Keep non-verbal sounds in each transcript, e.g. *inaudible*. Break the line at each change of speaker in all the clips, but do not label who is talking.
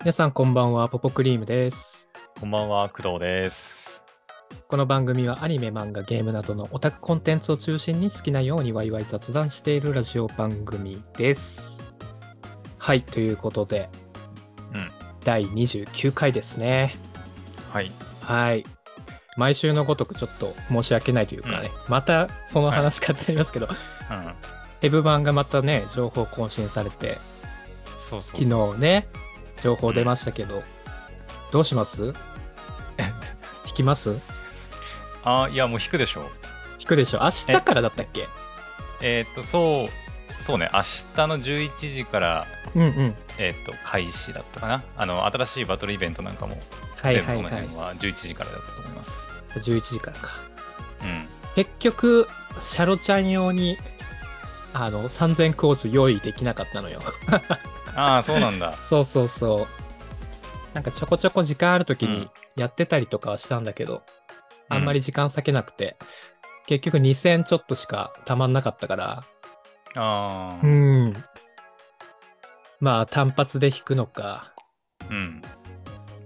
皆さんこんばんは、ポポクリームです。
こんばんは、工藤です。
この番組はアニメ、漫画、ゲームなどのオタクコンテンツを中心に好きなようにワイワイ雑談しているラジオ番組です。はい、ということで、
うん
第29回ですね。
はい。
はい。毎週のごとくちょっと申し訳ないというかね、またその話かってなりますけど、
うん。
ヘブ版がまたね、情報更新されて、
そうそうそう
昨日ね、情報出ましたけど、どうします
*laughs*
引きます
あ、いや、もう引くでしょ。
引くでしょ明日からだったっけ
えーっと、そう、そうね、明日の11時から、
うんうん
えーっと、開始だったかな。あの、新しいバトルイベントなんかも、
はいはい
全部こ
は
の
い
辺は11時からだったと思います。
11時からか
うん。
結局シャロちゃん用にあの3000コース用意できなかったのよ。
ああ、そうなんだ
*laughs* そうそうそうなんかちょこちょこ時間ある時
う
に
ん
やってたりとかはしたんだけど、あんまり時間割けなくて結局2000ちょっとしかたまんなかったから
ああ
う、んまあ単発で弾くのか
うん。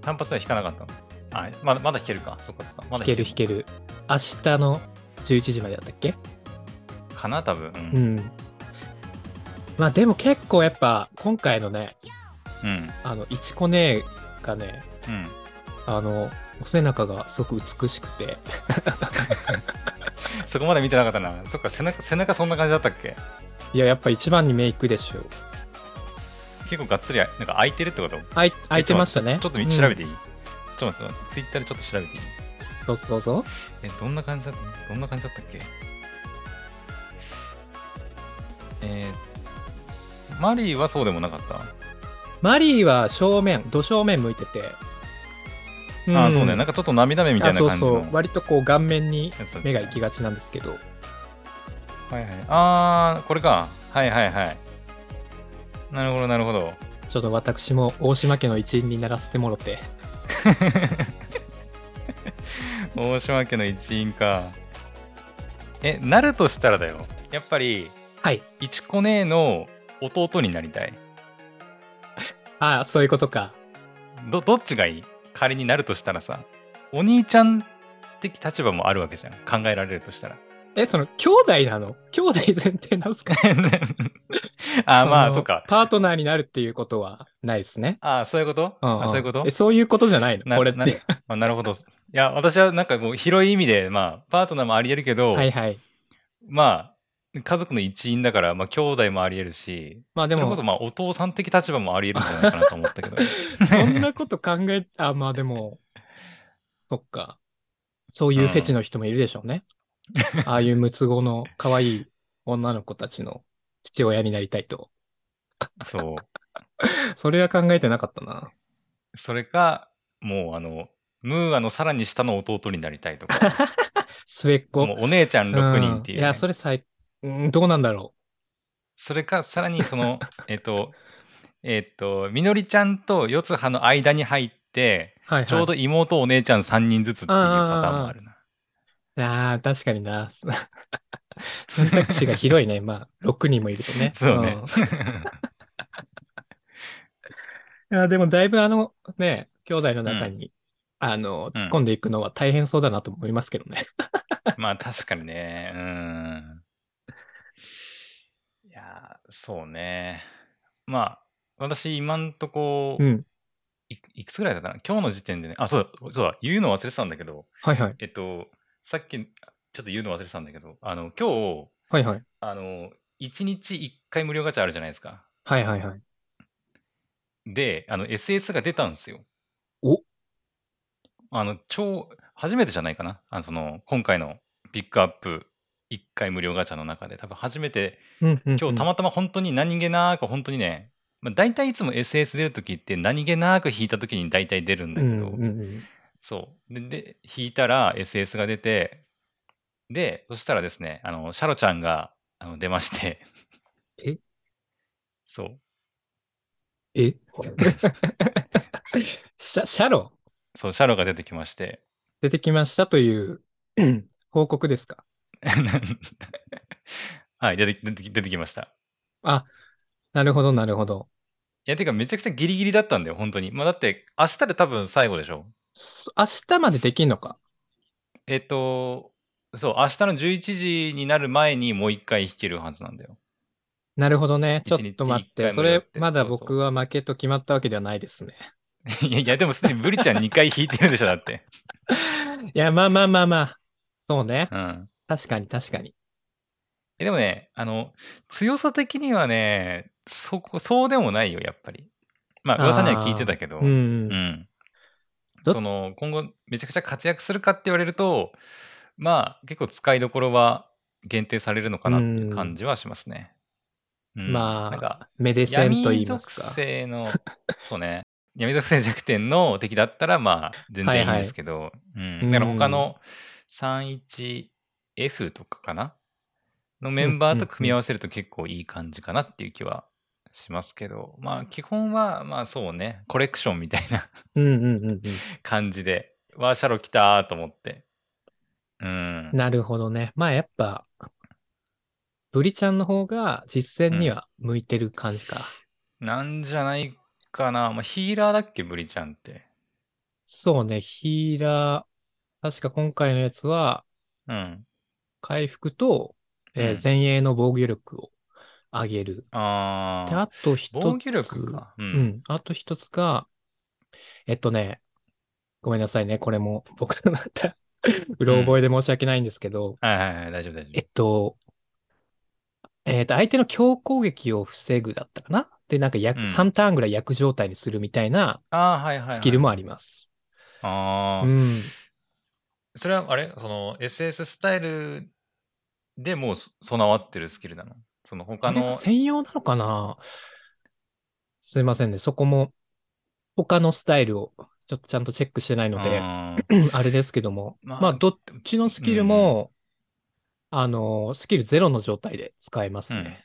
単発では引かなかったの。あまだまだ引けるか。そっかそっか。
弾
まだ
ける弾ける明日の11時までだったっけ
る。かな、多分。う。
うんん。まあでも結構やっぱ今回のね、
うん。
あの、いちこ姉がね、
うん。
あの、お背中がすごく美しくて、
そこまで見てなかったな。そっか、背中、背中そんな感じだったっけ
いや、やっぱ一番にメイクでしょ。
結構がっつり、なんか空いてるってこと
あい、開いてましたね。
ちょっと見調べ
て。
ていい、ちょっと待って、ツイッターでちょっと調べていい
どうぞどうぞ。
え、どんな感じだったどんな感じだったっけえーマリーはそうでもなかった、
マリーは正面、ど正面向いてて。ん
ああ、そうね。なんかちょっと涙目みたいな
あ
感じ
そ
の
うそう。割とこう顔面に
やつだった
目が行きがちなんですけど。
はいはい。ああ、これか。はいはいはい。なるほど、なるほど。
ちょっと私も大島家の一員にならせてもろて。
大島家の一員か。え、なるとしたらだよ。やっぱり、
はい。
いちこ姉の弟になりたい。
ああ、そういうことか。
どどっちがいい仮になるとしたらさお兄ちゃん的立場もあるわけじゃん考えられるとしたら *laughs*
え、その、兄弟なの兄弟前提なんですか
あまあ
の
そっか
パートナーになるっていうことはないですね。
あそういうこと、
んん
あそういうこと
えそういうことじゃないの
な
これっ
な
て。
あなるほどいや私はなんかもう広い意味でまあパートナーもありえるけど、
はいはい。
まあ家族の一員だから、まあ、兄弟もありえるし
まあで
それ
も、
こそ
そ
まあお父さん的立場もありえるんじゃないかなと思っ
*laughs*
たけど
んなこと考え、 *laughs* あ、まあでも、そっか。そういうフェチの人もいるでしょう
*laughs*
ね。ああいうムツゴの可愛い女の子たちの父親になりたいと。
そう
それは考えてなかったな。
それかもうあのムーアのさらに下の弟になりたい
*laughs*
とか
末っ子。
もうお姉ちゃん6人っていう、
ん
ね
や、それ最、うんどうなんだろ
それか、さらにその、 *laughs* えっと、えっと、みのりちゃんと四つ葉の間に入って
う。、はいはい。
ちょうど妹、お姉ちゃん3人ずつっていうパターンもあるな。
ああ、確かにな。選択肢が広いね。まあ、6人も *laughs* いるとね。
*laughs* そうね。
うんいやでも、だいぶあの、ね、兄弟の中に、あの、突っ込んでいくのは大変そうだなと思いますけど
*laughs*
ね。
まあ、確かにね。うん。いやー、そうね。まあ、私、今んとこ、
うん。
いくいくつぐらいだったかな今日の時点でね、あ、そうだ、そうだ、言うの忘れてたんだけど、
はいはい。
えっと、さっき、ちょっと言うの忘れてたんだけど、あの、今日、
はいはい。
あの、1日1回無料ガチャあるじゃないですか。
はいはいはい。
で、あの、SS が出たんですよ。
お
あの、超、初めてじゃないかな。あの、その、今回のピックアップ1回無料ガチャの中で、多分初めて、
うん、うん。
今日
ま、
たまたま本当に何気なく、本当にね、まあ、大体いつも SS 出るときって何気なく引いたときに大体出るんだ
う
け
ん
ど、
うんうん。
そう。で、で引いたら SS が出て、で、そしたらですね、あの、シャロちゃんがあの出まして。
え
そう。
え *laughs* シャ、シャロ
そう、シャロが出てきまして。
出てきましたという *clears throat* うん報告ですか
*laughs* はい、出て出てき出てきました。
あ、なるほどなるほど。
や、てかめちゃくちゃギリギリだったんだよ、本当に。まあだって、明日で多分最後でしょ。
す明日までできんのか。
えっと、そう、明日の11時になる前にもう一回弾けるはずなんだよ。 *laughs*
なるほどね。ちょ
一日
っと待っ
一回
て。
も
そ
やっ
れ
て、
まだ
そうそう
僕は負けと決まったわけではないですね。
いや、いやでもすでにブリちゃん2回弾いてるでしょ、だって。
いや、まあまあまあまあ。そうね。
うん。
確かに確かに。
えでもね、あの、強さ的にはね、そこ、そうでもないよ、やっぱり。まあ、噂には聞いてたけど。
うん。
うん。
だ
その、今後、めちゃくちゃ活躍するかって言われると、まあ、結構使いどころは限定されるのかなっていう感じはしますね。うん
まあ
なんか、
メデセンと言
闇
いま
属
すか。
性の、そうね。闇属性弱点の敵だったら、まあ、全然いいんですけど、うん。だから他の 31F とかかなのメンバーと組み合わせると結構いい感じかなっていう気はしますけど、まあ、基本は、まあそうね、コレクションみたいな
うんうんうん
感じで、ワーシャロ来たーと思って。うん
うん。。なるほどね。まあやっぱ、ブリちゃんの方が実践には向いてる感じか。
なんじゃないかな。まあ、ヒーラーだっけ、ブリちゃんって。
そうね。ヒーラー、確か今回のやつは、
うん。
回復と、えー
うん
前衛の防御力を上げる。
あ
で、
ー
あ。と一つ。
防御力か。う。
うんん。あと一つが、えっとね、ごめんなさいね。これも僕 *laughs* のまた、うろ覚えで申し訳ないんですけど、
はいはいはい、大丈夫大丈
えっと、えっと、相手の強攻撃を防ぐだったかなで、なんかや、
うん
3ターンぐらい役状態にするみたいな
夫。ああ、はいはい、はい。
スキルもあります。
ああ、
うん。
それはあれその SS スタイルでもうそ備わってるスキルなのその他
あれが
の。
専用なのかなすいませんね。そこも、他のスタイルをちょっとちゃんとチェックしてないので、
あ
*clears throat*
ー
あれですけども、
ま
ま
あ
あ、どっちのスキルも、あの、スキルゼロの状態で使えますね。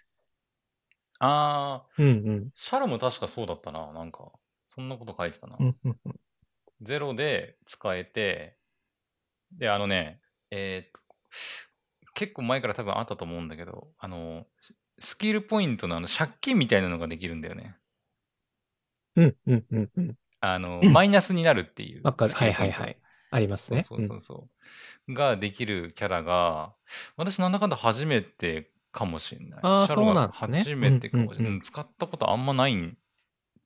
あー、
うんうん。
シャロも確かそうだったな。なんか、そんなこと書いてたな。
うんうんうん
ゼロで使えて、で、あのね、えーっと、結構前から多分あったと思うんだけど、あの、スキルポイントのあの借金みたいなのができるんだよね。
うんうんうんうん。
あの、
うん
マイナスになるっていう。
わかる。
ス
は
キル
い
ポ
は
イン
い
ト
はい。ありますね。
そうそうそうそう。ができるキャラが、私なんだかんだ初めてかもしれない。
あー
シャロが
そうなんですね
初めてかもしれ
うん
な
うんうん
い。うん使ったことあんまないん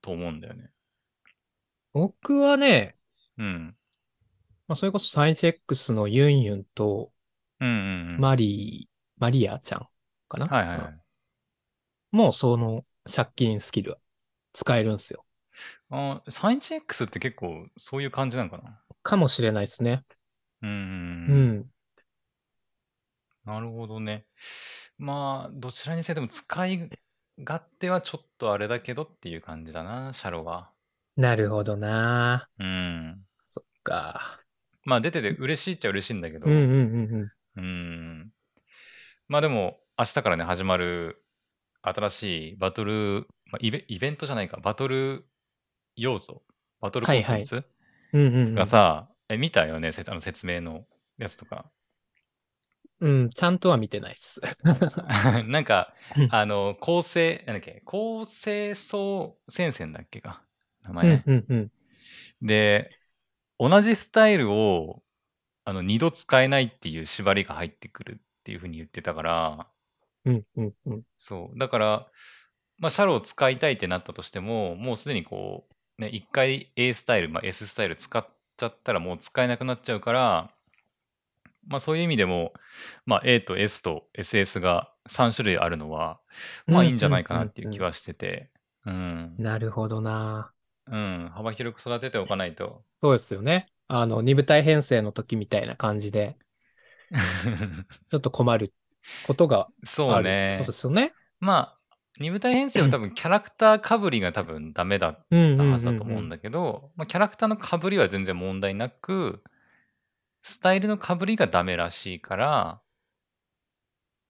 と思うんだよね。
僕はね、
うん。
まあ、それこそサインチェックスのユンユンと
うんうんうん。
マリー、マリアちゃんかな、
はいはいはい。
もうその借金スキルは使えるんですよ。
あーサインチェックスって結構そういう感じなのかな
かもしれないですね。
うん
う
うん
ん。
うん。なるほどね。まあ、どちらにせよでも使い勝手はちょっとあれだけどっていう感じだな、シャロは。
なるほどな。
うん。
そっか。
まあ出てて嬉しいっちゃ嬉しいんだけど、
うんうんうんうん。
うーん。まあでも、明日からね、始まる新しいバトル、まあ、イベイベントじゃないか、バトル要素、バトルコンテンツ
うんうん、うん
が。さ、え見たよね、せあの説明のやつとか。
うん、ちゃんとは見てないっす。
*laughs* なんか
うん、
あの、構成、なんだっけ、構成層戦線だっけか、名
う
前ね
ん。うんうん。
で、同じスタイルを、あの、二度使えないっていう縛りが入ってくるっていうふうに言ってたから、
うんうんうん。
そう。だから、まあ、シャロを使いたいってなったとしても、もうすでにこう、ね、一回 A スタイル、まあ、S スタイル使っちゃったらもう使えなくなっちゃうから、まあ、そういう意味でも、まあ、A と S と SS が3種類あるのは、まあ、いいんじゃないかなっていう気はしてて、うん。
なるほどな。
うん。幅広く育てておかないと。 *laughs*
そうですよね。あの、二部隊編成の時みたいな感じで、ちょっと困ることが
そ
あ
う
るってこ
ね
と。ですよね。
まあ、二部隊編 *clears throat* 成は多分キャラクターかぶりが多分ダメだっ
うんうん
だ
うん
はずだと思うんだけど、まあ、キャラクターの被りは全然問題なく、スタイルの被りがダメらしいから、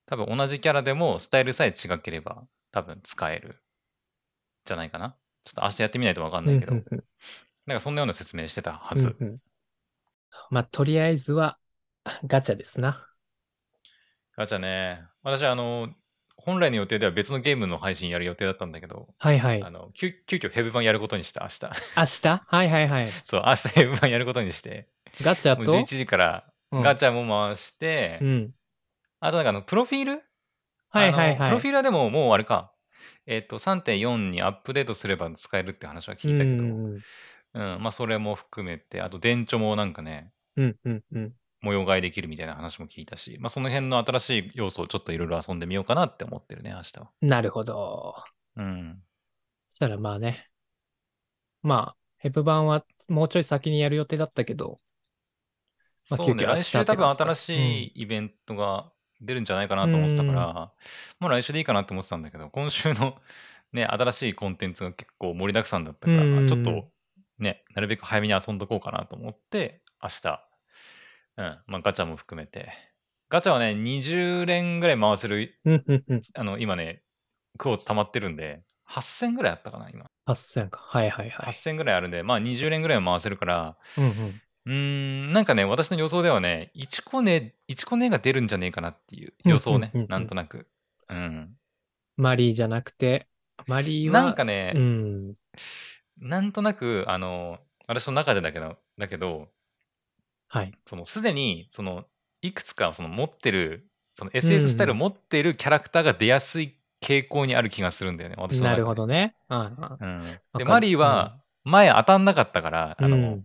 多分同じキャラでもスタイルさえ違ければ多分使える。じゃないかな。ちょっと明日やってみないとわかんないけど、
うんうんうん
なんかそんなような説明してたはず。
うんうんまあ、とりあえずは、ガチャですな。
ガチャね。私あの、本来の予定では別のゲームの配信やる予定だったんだけど、
はいはい。
あ
明
の急急遽ヘブ版やることにした、明日。 *laughs*
日はいはいはい。
そう、明日ヘブ版やることにして、
ガチャ
もう
と、
11時から
うん
ガチャも回して、
うん。
あとなんかあの、プロフィール
はいはい
あの
はい。
プロフィールはでももうあれか、えっ、と、3.4にアップデートすれば使えるって話は聞いたけど、う
う
ん、
ん
まあそれも含めて、あと、電池もなんかね、
うんうんうん。
模様替えできるみたいな話も聞いたし、まあその辺の新しい要素をちょっといろいろ遊んでみようかなって思ってるね、明日は。
なるほど。
うん。
そしたらまあね。まあ、ヘブ版はもうちょい先にやる予定だったけど、まあ
そう
急
ね、
遽明日
来週多分
って感
新
じ
しいイベントが出るんじゃないかなと思ってたから、
う
もう来週でいいかなと思ってたんだけど、今週の *laughs* ね、新しいコンテンツが結構盛りだくさんだったから、
うん
ちょっとね、なるべく早めに遊んどこうかなと思って、明日、うん、まあガチャも含めて。ガチャはね、20連ぐらい回せる、
うんうんうん。
あの、今ね、クォーツ溜まってるんで、8000ぐらいあったかな、今。
8000か。はいはいはい。
8000ぐらいあるんで、まあ20連ぐらいは回せるから、
うんうん。
うーん、なんかね、私の予想ではね、1コネ、1コネが出るんじゃねえかなっていう予想ね
うんうんうんう、ん
なんとなく。うん。
マリーじゃなくて、マリーは、
なんかね、
うん。
なんとなく、あの、私の中でだけど、だけど、
はい。
その、すでに、その、いくつか、その、持ってる、その、
うん
SS スタイルを持ってるキャラクターが出やすい傾向にある気がするんだよね、私の中で。
なるほどね。うんうん
うん。
か
で、
る
マリーは、前当たんなかったから、あの、
うん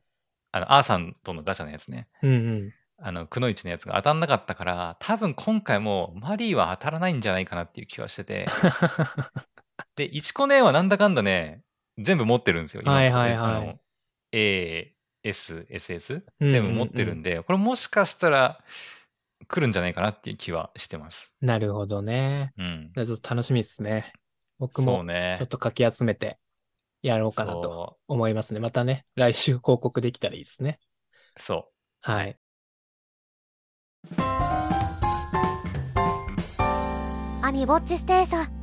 あの、アーさんとのガチャのやつね。
うんうん。
あの、くのいちのやつが当たんなかったから、多分今回もマリーは当たらないんじゃないかなっていう気はし
*laughs*
てて、で、イチコネはなんだかんだね、全部持ってるんですよ。今
はいはいはい
あの A、S、SS?
うんうん
全部持ってるんで、これもしかしたら来るんじゃないかなっていう気はしてます。
なるほどね。
うん。
じゃあちょっと楽しみですね。僕
そう
も
ね。
ちょっとかき集めてやろうかなと
そ
思いますね。またね、来週報告できたらいいですね。
う。そう。
はい。
アニぼっちステーション